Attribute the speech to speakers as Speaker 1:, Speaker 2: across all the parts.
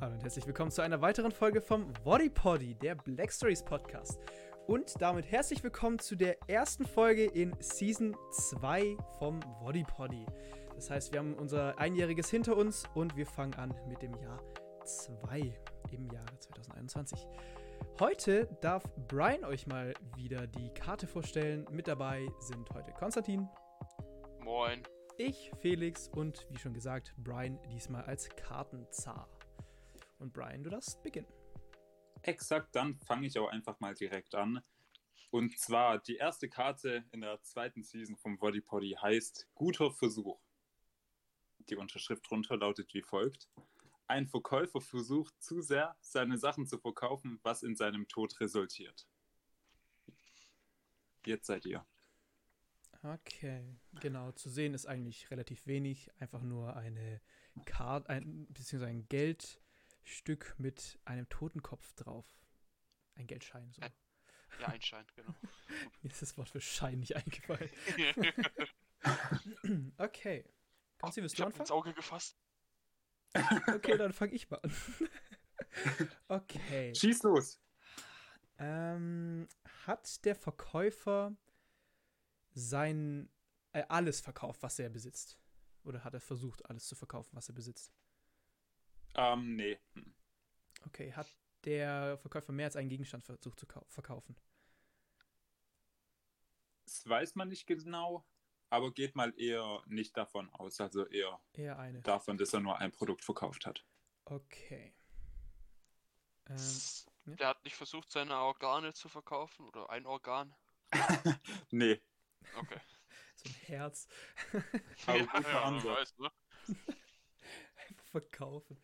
Speaker 1: Hallo und herzlich willkommen zu einer weiteren Folge vom Wadi Poddy, der Black Stories Podcast. Und damit herzlich willkommen zu der ersten Folge in Season 2 vom Wadi Poddy. Das heißt, wir haben unser Einjähriges hinter uns und wir fangen an mit dem Jahr 2 im Jahre 2021. Heute darf Brian euch mal wieder die Karte vorstellen. Mit dabei sind heute Konstantin,
Speaker 2: Moin.
Speaker 1: ich, Felix und wie schon gesagt, Brian diesmal als Kartenzar. Und Brian, du darfst beginnen.
Speaker 3: Exakt, dann fange ich auch einfach mal direkt an. Und zwar die erste Karte in der zweiten Season vom Body Poddy heißt Guter Versuch. Die Unterschrift drunter lautet wie folgt: Ein Verkäufer versucht zu sehr, seine Sachen zu verkaufen, was in seinem Tod resultiert. Jetzt seid ihr.
Speaker 1: Okay, genau. Zu sehen ist eigentlich relativ wenig. Einfach nur eine Karte, ein, beziehungsweise ein Geldstück mit einem Totenkopf drauf. Ein Geldschein, so.
Speaker 2: Ä- Ja, Einstein, genau.
Speaker 1: Mir ist das Wort für Schein nicht eingefallen. Okay. Konzi, willst
Speaker 2: ich
Speaker 1: du
Speaker 2: hab ins
Speaker 1: anfangen?
Speaker 2: Auge gefasst.
Speaker 1: Okay, dann fange ich mal an. Okay.
Speaker 3: Schieß los!
Speaker 1: Ähm, hat der Verkäufer sein äh, alles verkauft, was er besitzt? Oder hat er versucht, alles zu verkaufen, was er besitzt?
Speaker 3: Ähm, nee.
Speaker 1: Okay, hat der Verkäufer mehr als einen Gegenstand versucht zu kau- verkaufen?
Speaker 3: Das weiß man nicht genau, aber geht mal eher nicht davon aus, also eher
Speaker 1: Eher eine.
Speaker 3: davon, dass er nur ein Produkt verkauft hat.
Speaker 1: Okay. Ähm, ja.
Speaker 2: Der hat nicht versucht, seine Organe zu verkaufen oder ein Organ.
Speaker 3: Nee.
Speaker 2: Okay.
Speaker 1: so ein Herz
Speaker 3: Aber guter
Speaker 2: man
Speaker 3: Ansatz.
Speaker 2: weiß, ne?
Speaker 1: verkaufen.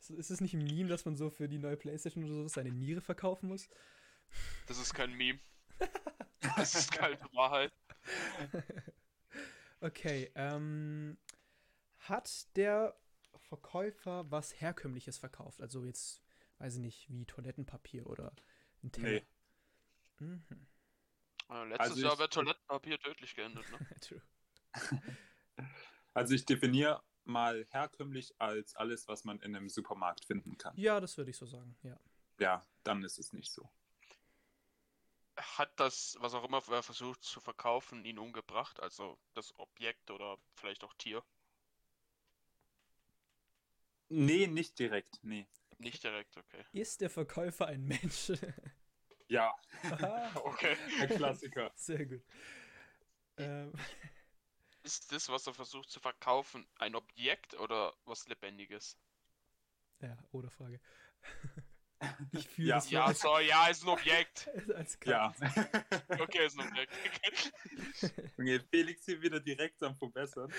Speaker 1: So, Ist es nicht ein Meme, dass man so für die neue Playstation oder so seine Niere verkaufen muss?
Speaker 2: Das ist kein Meme. Das ist keine Wahrheit.
Speaker 1: Okay, ähm, hat der Verkäufer was Herkömmliches verkauft? Also jetzt, weiß ich nicht, wie Toilettenpapier oder ein Teller? Mhm,
Speaker 2: Äh, Letztes
Speaker 3: Also
Speaker 2: Jahr
Speaker 3: ich-
Speaker 2: wäre Toilettenpapier tödlich geendet, ne?
Speaker 1: true.
Speaker 3: Also ich definiere mal herkömmlich als alles, was man in einem Supermarkt finden kann.
Speaker 1: Ja, das würde ich so sagen, ja.
Speaker 3: Ja, dann ist es nicht so.
Speaker 2: Hat das, was auch immer er versucht zu verkaufen, ihn umgebracht? Also das Objekt oder vielleicht auch Tier?
Speaker 3: Nee, nicht direkt. Nee.
Speaker 2: Nicht direkt, okay.
Speaker 1: Ist der Verkäufer ein Mensch?
Speaker 3: Ja,
Speaker 1: Aha,
Speaker 2: Okay.
Speaker 3: der Klassiker.
Speaker 1: sehr gut. Ähm,
Speaker 2: Ist das, was er versucht zu verkaufen, ein Objekt oder was Lebendiges?
Speaker 1: ja, oder Frage. Ich fühle
Speaker 3: Ja.
Speaker 1: das
Speaker 2: Ja,
Speaker 1: Wort
Speaker 2: sorry, ja, ist ein Objekt.
Speaker 1: als
Speaker 3: ja.
Speaker 2: Okay, ist ein Objekt. Okay.
Speaker 3: Okay, Felix hier wieder direkt am Verbessern.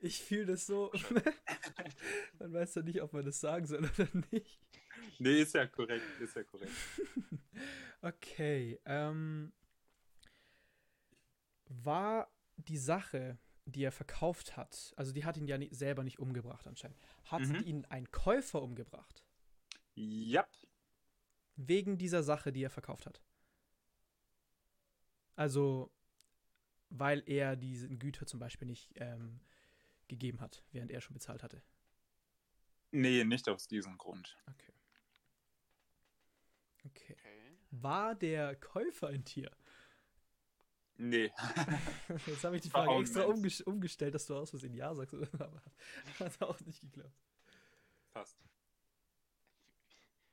Speaker 1: Ich fühle das so. man weiß ja nicht, ob man das sagen soll oder nicht.
Speaker 3: Nee, ist ja korrekt, ist ja korrekt.
Speaker 1: Okay, ähm, war die Sache, die er verkauft hat, also die hat ihn ja ni- selber nicht umgebracht anscheinend, hat
Speaker 3: Mhm.
Speaker 1: ihn ein Käufer umgebracht?
Speaker 3: Ja,
Speaker 1: Wegen dieser Sache, die er verkauft hat? Also, weil er diesen Güter zum Beispiel nicht ähm, gegeben hat, während er schon bezahlt hatte.
Speaker 3: nee, nicht aus diesem Grund.
Speaker 1: Okay.
Speaker 2: okay.
Speaker 1: War der Käufer ein Tier?
Speaker 3: Nee,
Speaker 1: Jetzt habe ich die
Speaker 3: War
Speaker 1: Frage
Speaker 3: auch ein
Speaker 1: extra
Speaker 3: Mensch.
Speaker 1: umges- umgestellt, dass du aus Versehen Ja sagst, aber hat auch nicht geklappt.
Speaker 3: passt.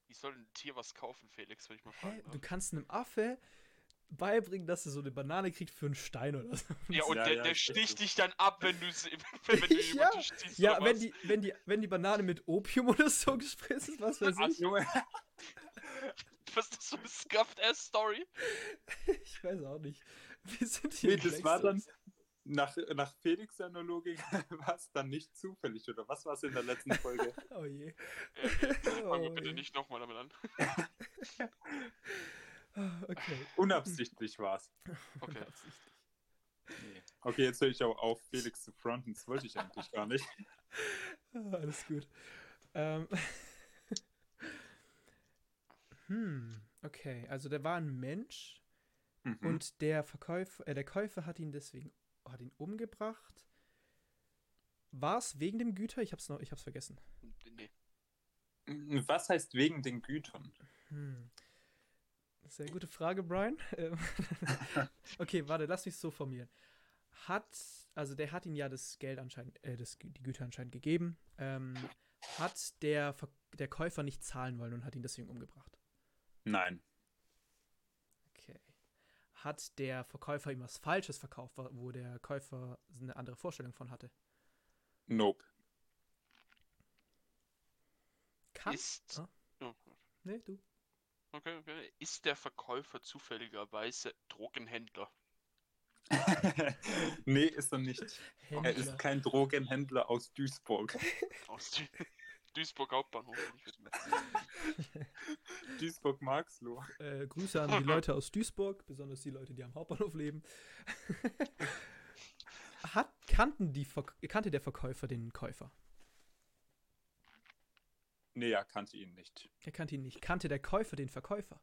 Speaker 2: Wie soll ein Tier was kaufen, Felix, wenn ich mal
Speaker 1: Hä?
Speaker 2: fragen ne?
Speaker 1: Du
Speaker 2: darf?
Speaker 1: kannst einem Affe beibringen, dass er so eine Banane kriegt für einen Stein oder so.
Speaker 2: Ja, und
Speaker 3: Ja,
Speaker 2: der,
Speaker 3: ja,
Speaker 2: der
Speaker 3: ich-
Speaker 2: sticht dich dann ab, wenn du sie- wenn, wenn du ihn
Speaker 1: Ja,
Speaker 2: über den Tisch ziehst
Speaker 1: Ja,
Speaker 2: oder
Speaker 1: wenn
Speaker 2: was?
Speaker 1: die, wenn, die, wenn die Banane mit Opium oder so gespritzt ist, was weiß
Speaker 2: Ah,
Speaker 1: ich.
Speaker 3: Junge,
Speaker 2: Was ist das für eine Scuffed-Ass-Story?
Speaker 1: Ich weiß auch nicht. Wir sind hier.
Speaker 3: nee,
Speaker 1: in
Speaker 3: das
Speaker 1: Black
Speaker 3: war dann
Speaker 1: Stories.
Speaker 3: nach, nach Felix seiner Logik war es dann nicht zufällig, oder was war es in der letzten Folge?
Speaker 1: Oh je.
Speaker 2: Äh, Fangen wir
Speaker 1: Oh,
Speaker 2: bitte
Speaker 1: je.
Speaker 2: nicht nochmal damit an.
Speaker 1: Ah, Okay.
Speaker 3: Unabsichtlich war es.
Speaker 2: Okay.
Speaker 1: Unabsichtlich.
Speaker 3: Okay, jetzt höre ich auch auf, Felix zu fronten. Das wollte ich eigentlich gar nicht.
Speaker 1: Ah, Alles gut. Ähm. Hm, okay. Also der war ein Mensch.
Speaker 3: Mhm.
Speaker 1: Und der Verkäufer, äh, der Käufer hat ihn deswegen, hat ihn umgebracht. War es wegen dem Güter? Ich hab's noch, ich hab's vergessen.
Speaker 2: Nee.
Speaker 3: Hm, Was heißt wegen den Gütern?
Speaker 1: Hm. Sehr gute Frage, Brian. Ähm, okay, warte, lass mich so formulieren. Hat, also der hat ihm ja das Geld anscheinend, äh, das, die Güter anscheinend gegeben. Ähm, hat der, Ver der Käufer nicht zahlen wollen und hat ihn deswegen umgebracht?
Speaker 3: Nein.
Speaker 1: Okay. Hat der Verkäufer ihm was Falsches verkauft, wa- wo der Käufer eine andere Vorstellung von hatte?
Speaker 3: Nope.
Speaker 1: Kann?
Speaker 2: Ist.
Speaker 1: Ah.
Speaker 2: Oh,
Speaker 1: Nee, du.
Speaker 2: okay, okay. Ist der Verkäufer zufälligerweise Drogenhändler?
Speaker 3: nee, ist er nicht. Er
Speaker 1: Händler.
Speaker 3: ist kein Drogenhändler aus Duisburg.
Speaker 2: Aus Dü Duisburg Hauptbahnhof. wenn ich das mal-
Speaker 3: Duisburg-Marxloh.
Speaker 1: Äh, Grüße an die Leute aus Duisburg, besonders die Leute, die am Hauptbahnhof leben. Hat, kannten die, Verk- kannte der Verkäufer den Käufer?
Speaker 3: Nee, er kannte ihn nicht.
Speaker 1: Er kannte ihn nicht. Kannte der Käufer den Verkäufer?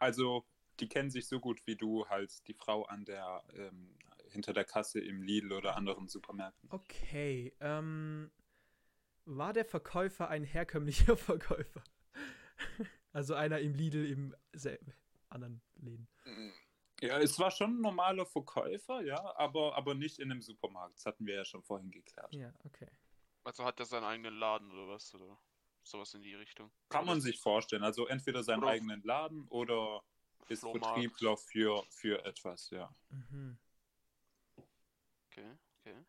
Speaker 3: Also, die kennen sich so gut wie du, halt die Frau an der, ähm, hinter der Kasse im Lidl oder anderen Supermärkten.
Speaker 1: Oh. Okay, ähm, war der Verkäufer ein herkömmlicher Verkäufer? Also einer im Lidl, im selben anderen Läden.
Speaker 3: Hm. Ja, es war schon ein normaler Verkäufer, ja, aber, aber nicht in einem Supermarkt. Das hatten wir ja schon vorhin geklärt.
Speaker 1: Ja, okay.
Speaker 2: Also hat er seinen eigenen Laden oder was? Oder sowas in die Richtung?
Speaker 3: Kann
Speaker 2: Oder
Speaker 3: man
Speaker 2: ist
Speaker 3: sich vorstellen. Also, entweder seinen
Speaker 2: Oder-
Speaker 3: eigenen Laden oder
Speaker 2: es
Speaker 3: ist
Speaker 2: Flohmarkt?
Speaker 3: Vertriebler für, für etwas, ja.
Speaker 1: Mhm.
Speaker 2: Okay, okay.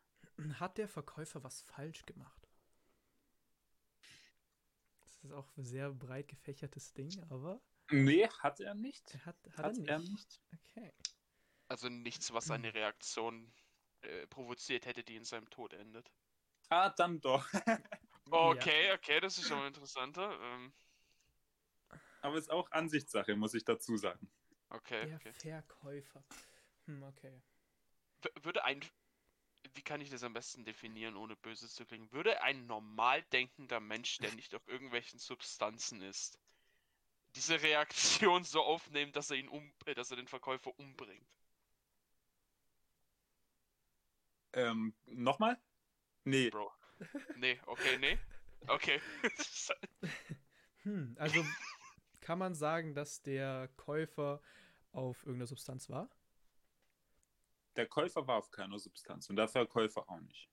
Speaker 1: Hat der Verkäufer was falsch gemacht? Das ist auch ein sehr breit gefächertes Ding, aber
Speaker 3: Nee, hat er nicht.
Speaker 1: er hat, hat,
Speaker 3: Hat
Speaker 1: er
Speaker 3: er
Speaker 1: nicht.
Speaker 3: nicht.
Speaker 1: Okay.
Speaker 2: Also nichts, was eine Reaktion äh, provoziert hätte, die in seinem Tod endet.
Speaker 3: Ah, dann doch.
Speaker 2: Okay, okay, das ist schon mal interessanter. Ähm,
Speaker 3: Aber ist auch Ansichtssache, muss ich dazu sagen.
Speaker 1: Ja,
Speaker 2: okay,
Speaker 1: der
Speaker 2: okay.
Speaker 1: Verkäufer. Hm, okay.
Speaker 2: W- Würde ein. Wie kann ich das am besten definieren, ohne böse zu klingen? Würde ein normal denkender Mensch, der nicht auf irgendwelchen Substanzen ist, diese Reaktion so aufnehmen, dass er ihn um, äh, dass er den Verkäufer umbringt?
Speaker 3: Ähm, nochmal? Nee.
Speaker 2: Bro. Nee, okay, nee. Okay.
Speaker 1: Hm, also kann man sagen, dass der Käufer auf irgendeiner Substanz war?
Speaker 3: Der Käufer war auf keiner Substanz und der Verkäufer auch nicht.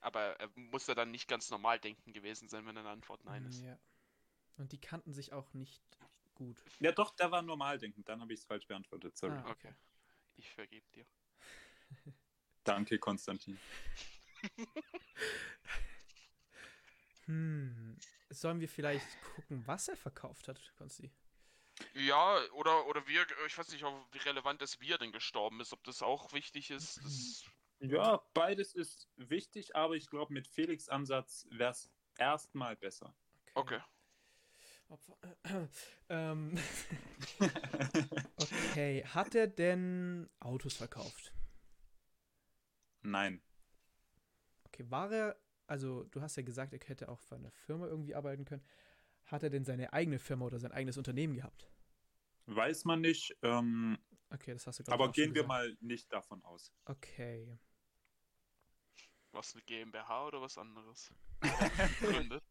Speaker 2: Aber er muss ja dann nicht ganz normal denken gewesen sein, wenn eine Antwort Nein ist.
Speaker 1: Ja. Und die kannten sich auch nicht gut.
Speaker 3: Ja, doch, der war normal denken. Dann habe ich es falsch beantwortet. Sorry.
Speaker 1: Ah.
Speaker 2: Okay. Ich vergebe dir.
Speaker 3: Danke, Konstantin.
Speaker 1: Hm. Sollen wir vielleicht gucken, was er verkauft hat, Konsti?
Speaker 2: Ja, oder, oder wir, ich weiß nicht, ob- wie relevant ist, wie er denn gestorben ist, ob das auch wichtig ist. Das,
Speaker 3: Ja, beides ist wichtig, aber ich glaube, mit Felix Ansatz wäre es erstmal besser.
Speaker 2: okay.
Speaker 1: Opfer. ähm, okay, hat er denn Autos verkauft?
Speaker 3: Nein.
Speaker 1: Okay, war er, also du hast ja gesagt, er hätte auch für eine Firma irgendwie arbeiten können. Hat er denn seine eigene Firma oder sein eigenes Unternehmen gehabt?
Speaker 3: Weiß man nicht, ähm,
Speaker 1: Okay, das hast du glaub ich,
Speaker 3: aber
Speaker 1: auch schon
Speaker 3: gehen wir
Speaker 1: gesagt.
Speaker 3: mal nicht davon aus.
Speaker 1: Okay.
Speaker 2: Was eine GmbH oder was anderes? Gründe.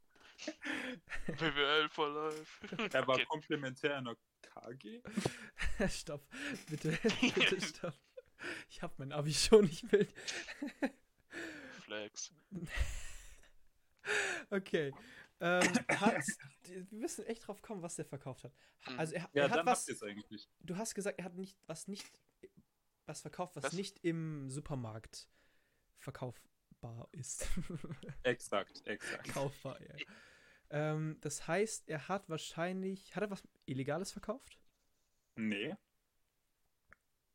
Speaker 2: BWL for life.
Speaker 3: Er war
Speaker 2: Okay.
Speaker 3: komplementär in der KG?
Speaker 1: Stopp, bitte, bitte stopp. Ich hab mein Abi schon, ich will.
Speaker 2: Flex.
Speaker 1: Okay. Ähm, hat, die- wir müssen echt drauf kommen, was der verkauft hat. Ha-
Speaker 2: Mhm.
Speaker 1: Also er,
Speaker 3: Hm. Ja,
Speaker 1: er hat
Speaker 3: dann habt
Speaker 1: was.
Speaker 3: ihr es eigentlich.
Speaker 1: Du hast gesagt, er hat nicht was nicht was verkauft, was
Speaker 2: Was?
Speaker 1: nicht im Supermarkt verkaufbar ist.
Speaker 3: Exakt, exakt.
Speaker 1: Kaufbar, ja. Ähm, das heißt, er hat wahrscheinlich. Hat er was Illegales verkauft?
Speaker 3: Nee,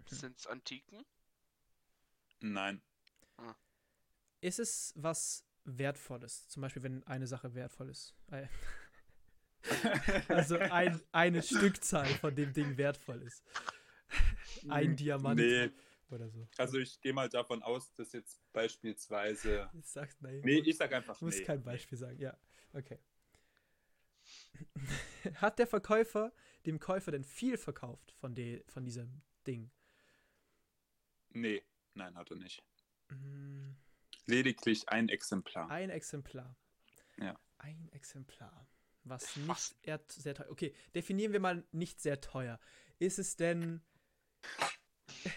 Speaker 2: Sind's Antiken?
Speaker 3: nein.
Speaker 1: Ist es was Wertvolles? Zum Beispiel, wenn eine Sache wertvoll ist. Äh, Also ein, eine Stückzahl von dem Ding wertvoll ist. Ein Diamant
Speaker 3: Hm, Nee,
Speaker 1: oder so.
Speaker 3: also ich gehe mal davon aus, dass jetzt beispielsweise.
Speaker 1: Ich sag's, nein.
Speaker 3: Nee, ich sag einfach.
Speaker 1: ich muss
Speaker 3: nee.
Speaker 1: kein Beispiel sagen. Ja, okay. Hat der Verkäufer dem Käufer denn viel verkauft von, de, von diesem Ding?
Speaker 3: Nee, nein, hat er nicht.
Speaker 1: Mm,
Speaker 3: lediglich ein Exemplar.
Speaker 1: Ein Exemplar.
Speaker 3: Ja.
Speaker 1: Ein Exemplar. Was
Speaker 2: Was?
Speaker 1: nicht eher t- sehr teuer. Okay, definieren wir mal nicht sehr teuer. Ist es denn.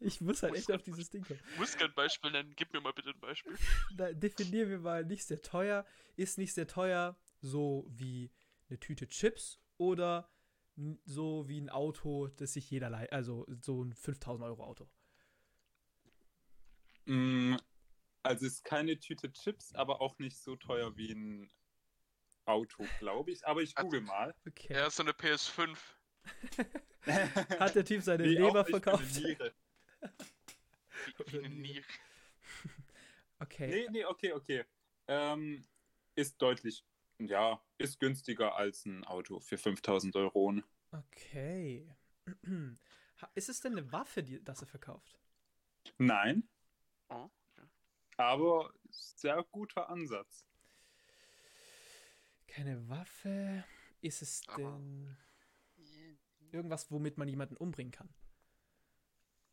Speaker 1: Ich muss halt echt auf dieses Ding kommen.
Speaker 2: Ich muss kein Beispiel nennen, gib mir mal bitte ein Beispiel.
Speaker 1: Da definieren wir mal nicht sehr teuer. Ist nicht sehr teuer, so wie eine Tüte Chips oder n- so wie ein Auto, das sich jeder leiht. Also so ein 5000 Euro Auto.
Speaker 3: Mm, Also ist keine Tüte Chips, aber auch nicht so teuer wie ein Auto, glaube ich. Aber ich
Speaker 2: Also-
Speaker 3: google mal.
Speaker 1: Okay.
Speaker 2: Ja, so eine PS5.
Speaker 1: Hat der Typ seine
Speaker 3: Nee, auch
Speaker 1: Leber
Speaker 3: nicht meine
Speaker 1: verkauft?
Speaker 3: Niere.
Speaker 2: Wie, wie eine Niere.
Speaker 1: Okay.
Speaker 2: äh,
Speaker 3: Nee, nee, okay, okay. Ähm, ist deutlich, ja, ist günstiger als ein Auto für 5000 Euro.
Speaker 1: Okay. Ha- Ist es denn eine Waffe, die das er verkauft?
Speaker 3: Nein,
Speaker 2: Oh, ja.
Speaker 3: aber sehr guter Ansatz.
Speaker 1: Keine Waffe. Ist es
Speaker 3: Ah.
Speaker 2: Aber-
Speaker 1: denn irgendwas, womit man jemanden umbringen kann?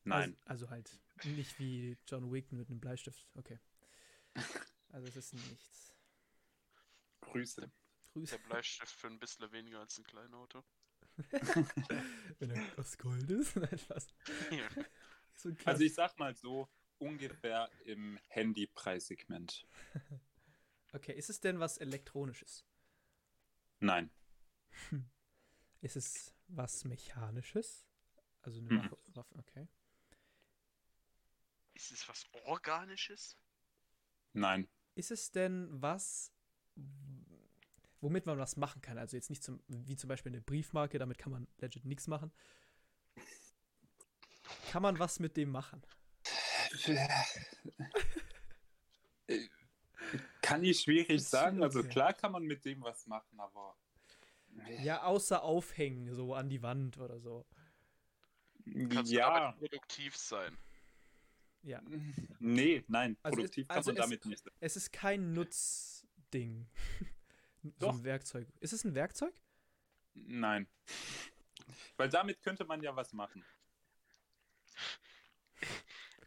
Speaker 3: Nein,
Speaker 1: Also, also halt nicht wie John Wick mit einem Bleistift. Okay. Also es ist nichts.
Speaker 3: Grüße.
Speaker 2: Also, Der
Speaker 1: Grüße.
Speaker 2: Bleistift für ein bisschen weniger als ein Kleinauto.
Speaker 1: Wenn er aus Gold ist. Nein, Spaß.
Speaker 2: Ja.
Speaker 1: So ein
Speaker 3: Also ich sag mal so, ungefähr im Handypreissegment.
Speaker 1: okay, ist es denn was Elektronisches?
Speaker 3: Nein,
Speaker 1: Ist es was Mechanisches? Also eine
Speaker 3: Mhm.
Speaker 1: Waffe, Waffe okay.
Speaker 2: Ist es was Organisches?
Speaker 3: nein,
Speaker 1: Ist es denn was, womit man was machen kann? Also jetzt nicht zum, wie zum Beispiel eine Briefmarke, damit kann man legit nichts machen. Kann man was mit dem machen?
Speaker 3: Äh, kann ich schwierig
Speaker 1: Ist
Speaker 3: sagen. Also
Speaker 1: okay.
Speaker 3: klar kann man mit dem was machen, aber
Speaker 1: Ja, außer aufhängen, so an die Wand oder so.
Speaker 2: Kannst du
Speaker 3: ja,
Speaker 2: damit produktiv sein?
Speaker 1: Ja.
Speaker 3: nee, nein,
Speaker 1: Also es-
Speaker 3: produktiv kann
Speaker 1: also
Speaker 3: man
Speaker 1: es-
Speaker 3: damit nicht. sein.
Speaker 1: Es ist kein Nutzding. so ein
Speaker 3: Doch.
Speaker 1: Werkzeug. Ist es ein Werkzeug?
Speaker 3: Nein, weil damit könnte man ja was machen.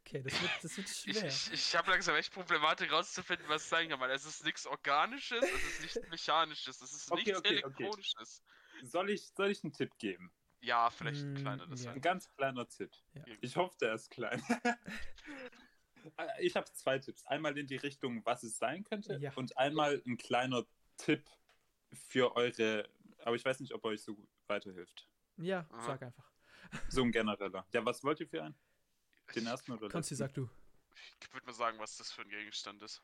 Speaker 1: Okay, das wird, das wird
Speaker 2: Ich,
Speaker 1: schwer.
Speaker 2: ich, ich habe langsam echt Problematik rauszufinden, was es sein kann, weil es ist nichts Organisches, es ist nichts Mechanisches, es ist
Speaker 3: Okay,
Speaker 2: nichts
Speaker 3: okay, okay.
Speaker 2: Elektronisches.
Speaker 3: Soll ich, soll ich einen Tipp geben?
Speaker 2: Ja, vielleicht ein
Speaker 1: Mm,
Speaker 2: kleineres.
Speaker 1: ja.
Speaker 2: Ja.
Speaker 3: Ein ganz kleiner Tipp. Ich hoffe, der ist klein. Äh, ich habe zwei Tipps. Einmal in die Richtung, was es sein könnte,
Speaker 1: Ja.
Speaker 3: und einmal ein kleiner Tipp für eure. Aber ich weiß nicht, ob er euch so gut weiterhilft.
Speaker 1: Ja,
Speaker 2: Aha.
Speaker 1: sag einfach.
Speaker 3: So ein genereller. Ja, was wollt ihr für einen? Den ersten oder
Speaker 1: Konsti,
Speaker 3: letzten?
Speaker 1: sag du.
Speaker 2: Ich würde mal sagen, was das für ein Gegenstand ist.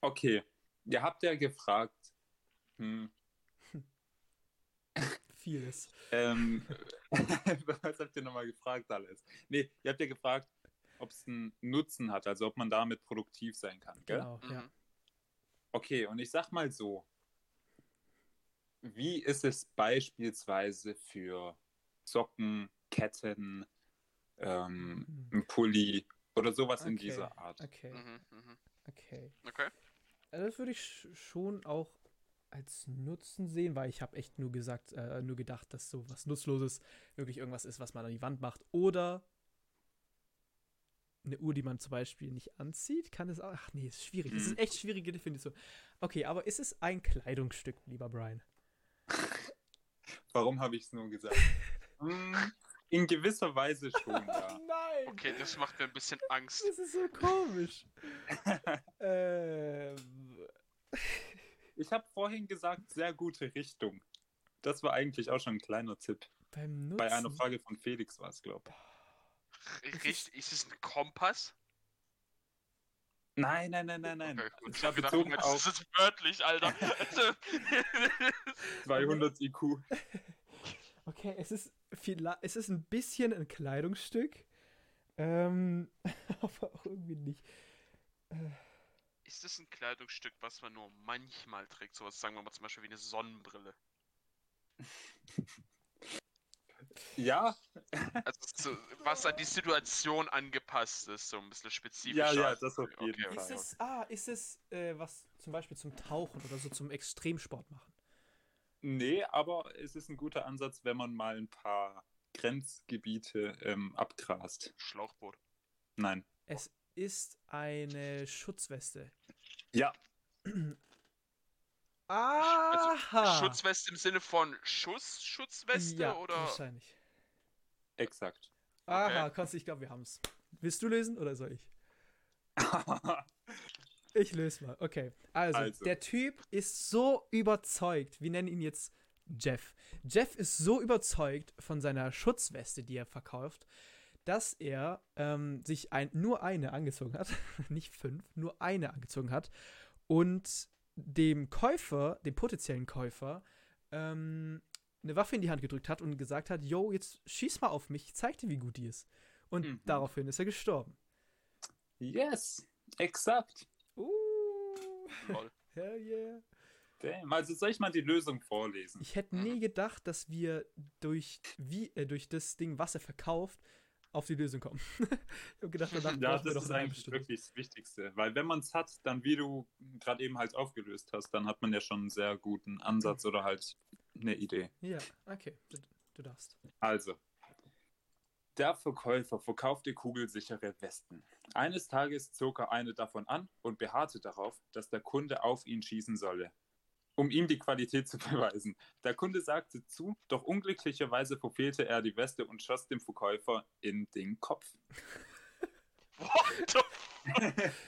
Speaker 3: Okay. Ihr habt ja gefragt. Hm,
Speaker 1: Vieles.
Speaker 3: ähm, was habt ihr nochmal gefragt, alles? Nee, ihr habt ja gefragt, ob es einen Nutzen hat, also ob man damit produktiv sein kann. Gell?
Speaker 1: Genau, ja.
Speaker 2: Mhm.
Speaker 3: Okay, und ich sag mal so. Wie ist es beispielsweise für Socken, Ketten, ähm,
Speaker 1: Hm,
Speaker 3: ein Pulli oder sowas in
Speaker 1: Okay.
Speaker 3: dieser Art?
Speaker 1: Okay,
Speaker 2: Mhm, mhm.
Speaker 1: okay.
Speaker 2: Okay.
Speaker 1: Also das würde ich sch- schon auch als Nutzen sehen, weil ich habe echt nur gesagt, äh, nur gedacht, dass so was Nutzloses wirklich irgendwas ist, was man an die Wand macht. Oder eine Uhr, die man zum Beispiel nicht anzieht, kann es auch. Ach nee, ist schwierig. Das ist
Speaker 3: Mhm.
Speaker 1: echt schwierige Definition. Okay, aber ist es ein Kleidungsstück, lieber Brian?
Speaker 3: Warum habe ich es nur gesagt? Hm, in gewisser Weise schon, ja.
Speaker 1: nein!
Speaker 2: Okay, das macht mir ein bisschen Angst.
Speaker 1: Das ist so komisch. ähm,
Speaker 3: Ich habe vorhin gesagt, sehr gute Richtung. Das war eigentlich auch schon ein kleiner Tipp.
Speaker 1: beim Nutzen.
Speaker 3: Bei einer Frage von Felix war es, glaube ich.
Speaker 1: ist-
Speaker 2: Richtig, ist es ein Kompass?
Speaker 3: Nein, nein, nein, nein, nein.
Speaker 2: Okay, gut.
Speaker 3: Es
Speaker 2: Ich
Speaker 3: war
Speaker 2: hab gedacht,
Speaker 3: bezogen
Speaker 2: Junge, das
Speaker 3: auf
Speaker 2: ist wörtlich, Alter. Also,
Speaker 3: 200 IQ.
Speaker 1: Okay, es ist viel, es ist ein bisschen ein Kleidungsstück, ähm, aber auch irgendwie nicht.
Speaker 2: ist es ein Kleidungsstück, was man nur manchmal trägt? Sowas sagen wir mal zum Beispiel wie eine Sonnenbrille.
Speaker 3: Ja,
Speaker 2: Also so, was an die Situation angepasst ist, so ein bisschen spezifischer.
Speaker 3: Ja, ja,
Speaker 2: als-
Speaker 3: das auf jeden
Speaker 2: okay,
Speaker 3: Fall.
Speaker 1: Ist
Speaker 2: okay.
Speaker 1: es, ah, ist es äh, was zum Beispiel zum Tauchen oder so zum Extremsport machen?
Speaker 3: Nee, aber es ist ein guter Ansatz, wenn man mal ein paar Grenzgebiete ähm, abgrast.
Speaker 2: Schlauchboot.
Speaker 3: Nein.
Speaker 1: Es ist eine Schutzweste.
Speaker 3: Ja. Also
Speaker 1: Aha!
Speaker 2: Schutzweste im Sinne von Schuss, Schutzweste
Speaker 1: Ah. ja,
Speaker 2: oder?
Speaker 1: wahrscheinlich.
Speaker 3: Exakt.
Speaker 1: Aha, Konsti, ich glaube, wir haben's. Willst du lösen oder soll ich? Ich löse mal. Okay. Also,
Speaker 3: Also.
Speaker 1: der Typ ist so überzeugt. Wir nennen ihn jetzt Jeff. Jeff ist so überzeugt von seiner Schutzweste, die er verkauft, dass er ähm, sich ein, nur eine angezogen hat. Nicht fünf, nur eine angezogen hat. Und dem Käufer, dem potenziellen Käufer, ähm, eine Waffe in die Hand gedrückt hat und gesagt hat: Yo, jetzt schieß mal auf mich, ich zeig dir, wie gut die ist. Und
Speaker 3: Mhm.
Speaker 1: daraufhin ist er gestorben.
Speaker 3: yes, exakt.
Speaker 1: Uh,
Speaker 2: Lol.
Speaker 1: hell yeah.
Speaker 3: Damn. Also soll ich mal die Lösung vorlesen?
Speaker 1: Ich hätte
Speaker 2: Mhm.
Speaker 1: nie gedacht, dass wir durch, wie, äh, durch das Ding, was er verkauft, auf die Lösung kommen. ich habe gedacht, danach
Speaker 3: Ja,
Speaker 1: brauchen wir
Speaker 3: das
Speaker 1: doch
Speaker 3: ist
Speaker 1: eine halbe
Speaker 3: eigentlich
Speaker 1: Stunde.
Speaker 3: wirklich das Wichtigste. Weil wenn man es hat, dann wie du gerade eben halt aufgelöst hast, dann hat man ja schon einen sehr guten Ansatz oder halt eine Idee.
Speaker 1: Ja, okay, du, du darfst.
Speaker 3: Also, der Verkäufer verkaufte kugelsichere Westen. Eines Tages zog er eine davon an und beharrte darauf, dass der Kunde auf ihn schießen solle, um ihm die Qualität zu beweisen. Der Kunde sagte zu, doch unglücklicherweise verfehlte er die Weste und schoss dem Verkäufer in den Kopf.
Speaker 2: What the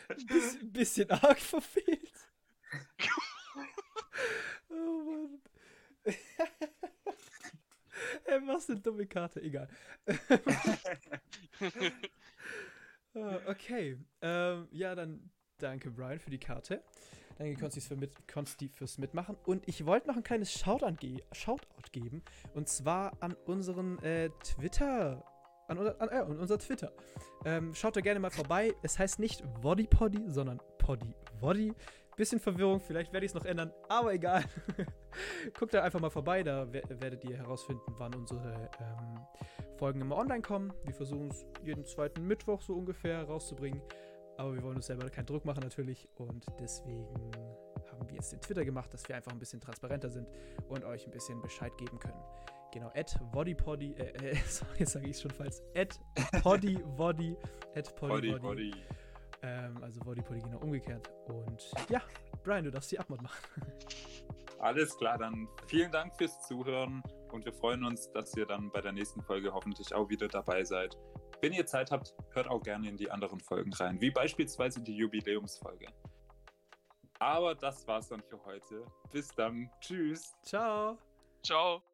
Speaker 1: Ein bisschen- bisschen arg verfehlt. oh Mann. Ey, was eine dumme Karte, egal. Ah, Okay, ähm, ja, dann danke Brian für die Karte. Danke Konsti für mit, Konsti fürs Mitmachen. Und ich wollte noch ein kleines Shoutout, ge Shoutout geben. Und zwar an unseren äh, Twitter. An unser, an, äh, an unser Twitter. Ähm, schaut da gerne mal vorbei. Es heißt nicht Woddy Poddy, sondern Poddy Woddy. Bisschen Verwirrung, vielleicht werde ich es noch ändern, aber egal. Guckt da einfach mal vorbei, da wer- werdet ihr herausfinden, wann unsere ähm, Folgen immer online kommen. Wir versuchen es jeden zweiten Mittwoch so ungefähr rauszubringen. Aber wir wollen uns selber keinen Druck machen natürlich. Und deswegen haben wir jetzt den Twitter gemacht, dass wir einfach ein bisschen transparenter sind und euch ein bisschen Bescheid geben können. Genau, at Woddypoddy, äh, äh, sorry, jetzt sage ich es schon falsch. At Poddyvoddy, at
Speaker 3: Body,
Speaker 1: Poddyvoddy.
Speaker 3: body.
Speaker 1: Ähm, also Woddypoddy genau umgekehrt. Und ja, Brian, du darfst die Abmod machen.
Speaker 3: Alles klar, dann vielen Dank fürs Zuhören und wir freuen uns, dass ihr dann bei der nächsten Folge hoffentlich auch wieder dabei seid. Wenn ihr Zeit habt, hört auch gerne in die anderen Folgen rein, wie beispielsweise die Jubiläumsfolge. Aber das war's dann für heute. Bis dann. Tschüss.
Speaker 1: Ciao.
Speaker 2: Ciao.